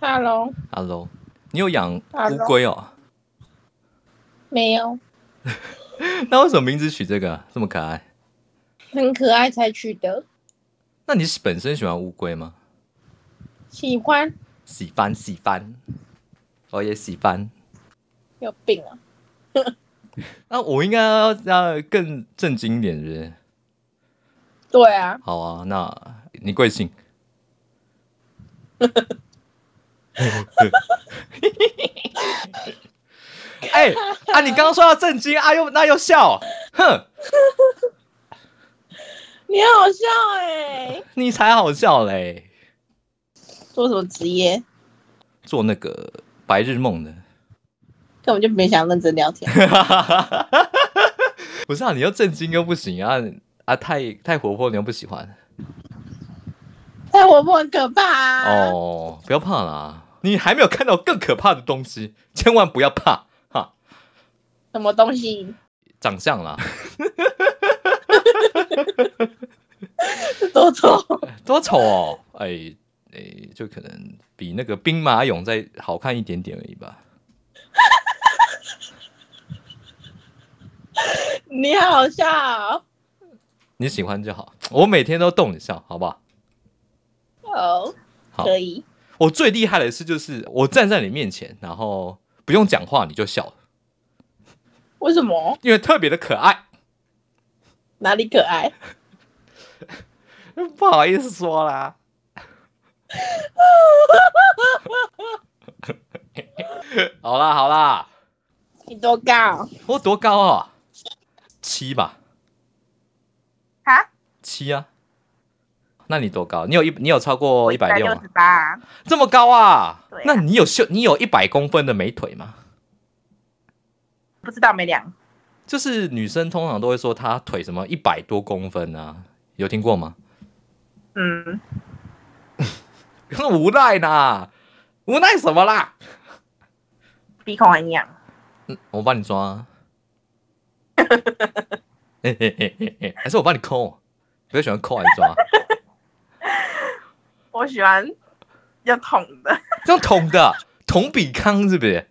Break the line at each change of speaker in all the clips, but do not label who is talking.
Hello，
Hello，你有养乌
Hello
龟哦？
没有，
那为什么名字取这个啊这么可爱？
很可爱才取得。
那你是本身喜欢乌龟吗？
喜欢
喜欢喜欢，我也喜欢。
有病啊！
那我应该要要更正经一点，是不是？
对啊，
好啊，那你贵姓？ 哎、啊！你刚刚说要震惊啊，又那又笑，哼，
你好笑哎、
你才好笑嘞！
做什么职业？
做那个白日梦的，
根本就没想认真聊 天。
不是啊，你又震惊又不行啊啊，太太活泼你又不喜欢
太活泼哎很可怕啊！
哦，不要怕啦，你还没有看到更可怕的东西，千万不要怕哈，
什么东西？
长相啦，
是多丑？
多丑哦，哎哎，就可能比那个兵马俑再好看一点点而已吧。
你好笑哦
你喜欢就好，我每天都逗你笑，好不好？
哦，
好
可以。
我最厉害的是，就是我站在你面前，然后不用讲话你就笑了，
为什么？
因为特别的可爱。
哪里可爱？
不好意思说啦。 好啦好啦，
你多高？
我多高啊？七吧，
哈？
七啊。那你多高？你有一你有超过一百六吗？
八。
这么高啊？
对啊
那你有秀你有一百公分的美腿吗？
不知道没量。
就是女生通常都会说她腿什么一百多公分啊，有听过吗？
嗯，
无奈呐，无奈什么啦？
鼻孔很痒。
我帮你抓、啊。 嘿嘿嘿嘿嘿还是我帮你抠？比较喜欢抠还是抓？
我喜欢要捅 的。
用捅的，捅比康是不是？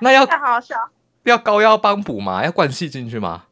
那要
好好笑。
要高腰帮补吗？要灌气进去吗？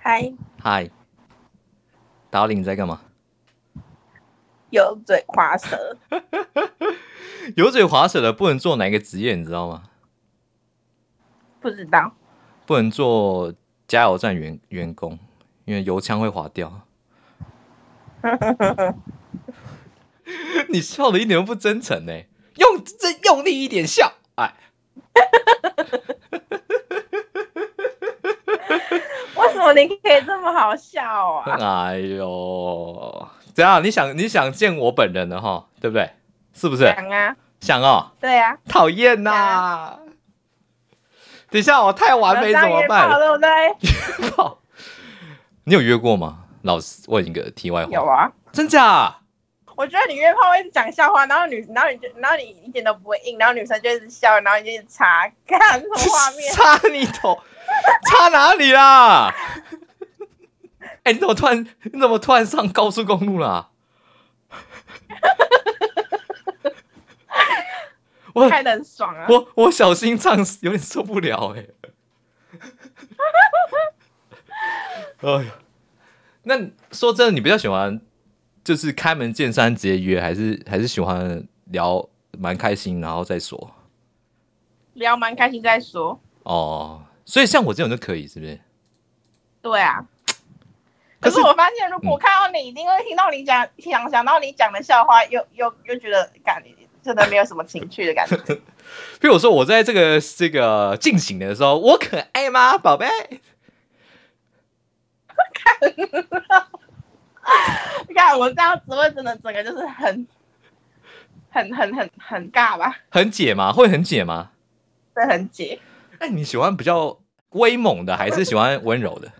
嗨，
嗨，达令你在干嘛？
有嘴滑舌，
油嘴滑舌的不能做哪一个职业，你知道吗？
不知道。
不能做加油站员员工，因为油枪会滑掉。 你笑的一点都不真诚呢、欸用这用力一点笑，哎，
为什么你可以这么好笑 啊？
哎呦，怎样？你想你想见我本人的哈，对不对？是不是
讲啊，
想哦？
对啊，
讨厌呐、等一下我太完美怎么办
有？当约炮对不对？
靠 你有约过吗？老师问一个题外
有
话，
啊，
真假？
我觉得你约炮会讲笑话，然后女，然后你就，然后你一点都不会硬，然后女生就一直笑，然后你就一直查，看什么画面？
插你头，插哪里啦？ 哎、你怎么突然你怎么突然上高速公路啊啦？我
看得很爽啊！
我我小心脏有点受不了哎、 哎呦，那说真的，你比较喜欢就是开门见山直接约，还是还是喜欢聊蛮开心然后再说？
聊蛮开心再说。
哦，所以像我这种就可以，是不是？
对啊，
可
可
是嗯
是我发现，如果我看到你，一定会听到你讲，想想到你讲的笑话，又又又觉得感真的没有什么情趣的感觉。
比如说我在这个这个进行的时候，我可爱吗，宝贝？
你看我这样子会真的整个就是很、很、很、很、很尬吧？
很解吗？会很解吗？
这很解，
哎，你喜欢比较威猛的，还是喜欢温柔的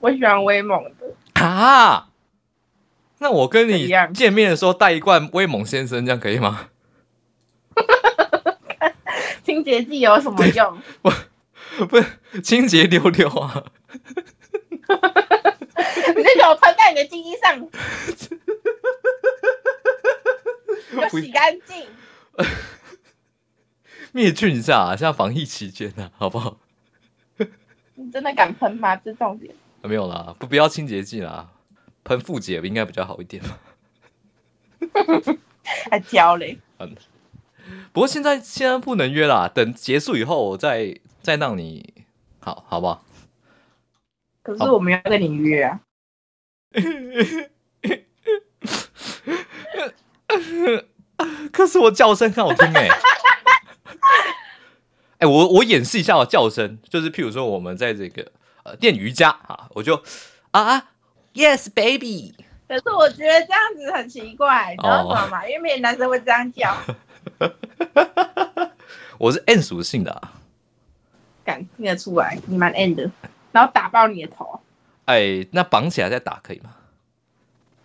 我喜欢威猛的，
啊？那我跟
怎
你
样
见面的时候带一罐威猛先生，这样可以吗？
清洁剂有什么用？
不是清洁溜溜啊，
你这球喷在你的鸡鸡上，要洗干净。
灭菌一下、啊，像防疫期间呢、啊，好不好？
你真的敢喷吗？这重点。
啊没有啦，不不要清洁剂啦，喷复洁应该比较好一点吧。
还教嘞，
嗯，不过现在现在不能约啦，等结束以后我再再让你，好好不好？
可是我们要跟你约啊。
可是我叫声很好听哎、欸。 哎、我我演示一下我叫声，就是譬如说我们在这个呃练瑜伽啊，我就啊啊，yes baby，
可是我觉得这样子很奇怪，你知道
哦
为什么吗？因为没有男生会这样叫。
我是 N 属性的、啊，
敢听得出来，你蛮 N 的，然后打爆你的头。
哎，那绑起来再打可以吗？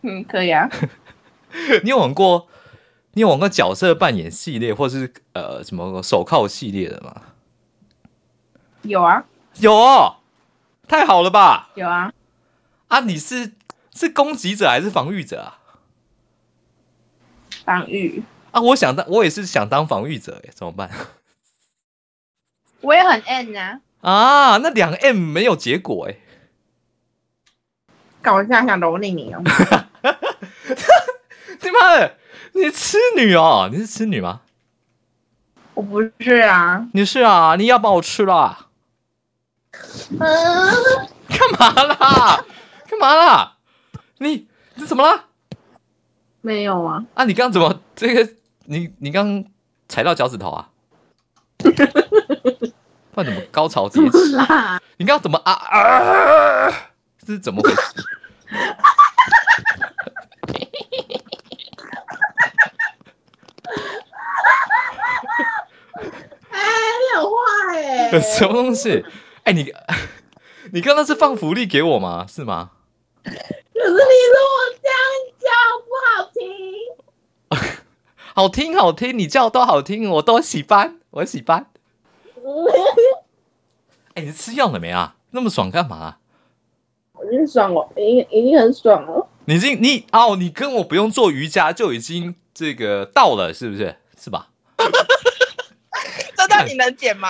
嗯，可以啊。
你有玩过，你有玩过角色扮演系列，或是呃什么手铐系列的吗？
有啊，
有、哦，太好了吧？
有啊，
啊，你是是攻击者还是防御者啊？
防御，
啊，我想当，我也是想当防御者，哎，怎么办
我也很 N 啊。
啊？那两 M 没有结果，哎，
搞这样想蹂躏你哦。
你妈的，你痴女哦？你是痴女吗？
我不是啊。
你是啊？你要把我吃了？啊
嗯，
干嘛啦？干嘛啦？你你怎么啦？
没有啊。
啊，你刚怎么这个？你你刚踩到脚趾头啊？不然怎么高潮迭起？
啦，
你刚刚怎么啊啊？这是怎么回事？
哎，你很坏 哎、
什么东西？哎、你你刚刚是放福利给我吗？是吗？
可是你说我这样叫不好听。
好听好听，你叫都好听，我都喜欢，我喜欢。哎、你吃药了没啊？那么爽干嘛、
我已经爽了，已经已经很爽了。
你已经你哦，你跟我不用做瑜伽就已经这个到了，是不是？是吧？
这段你能剪吗？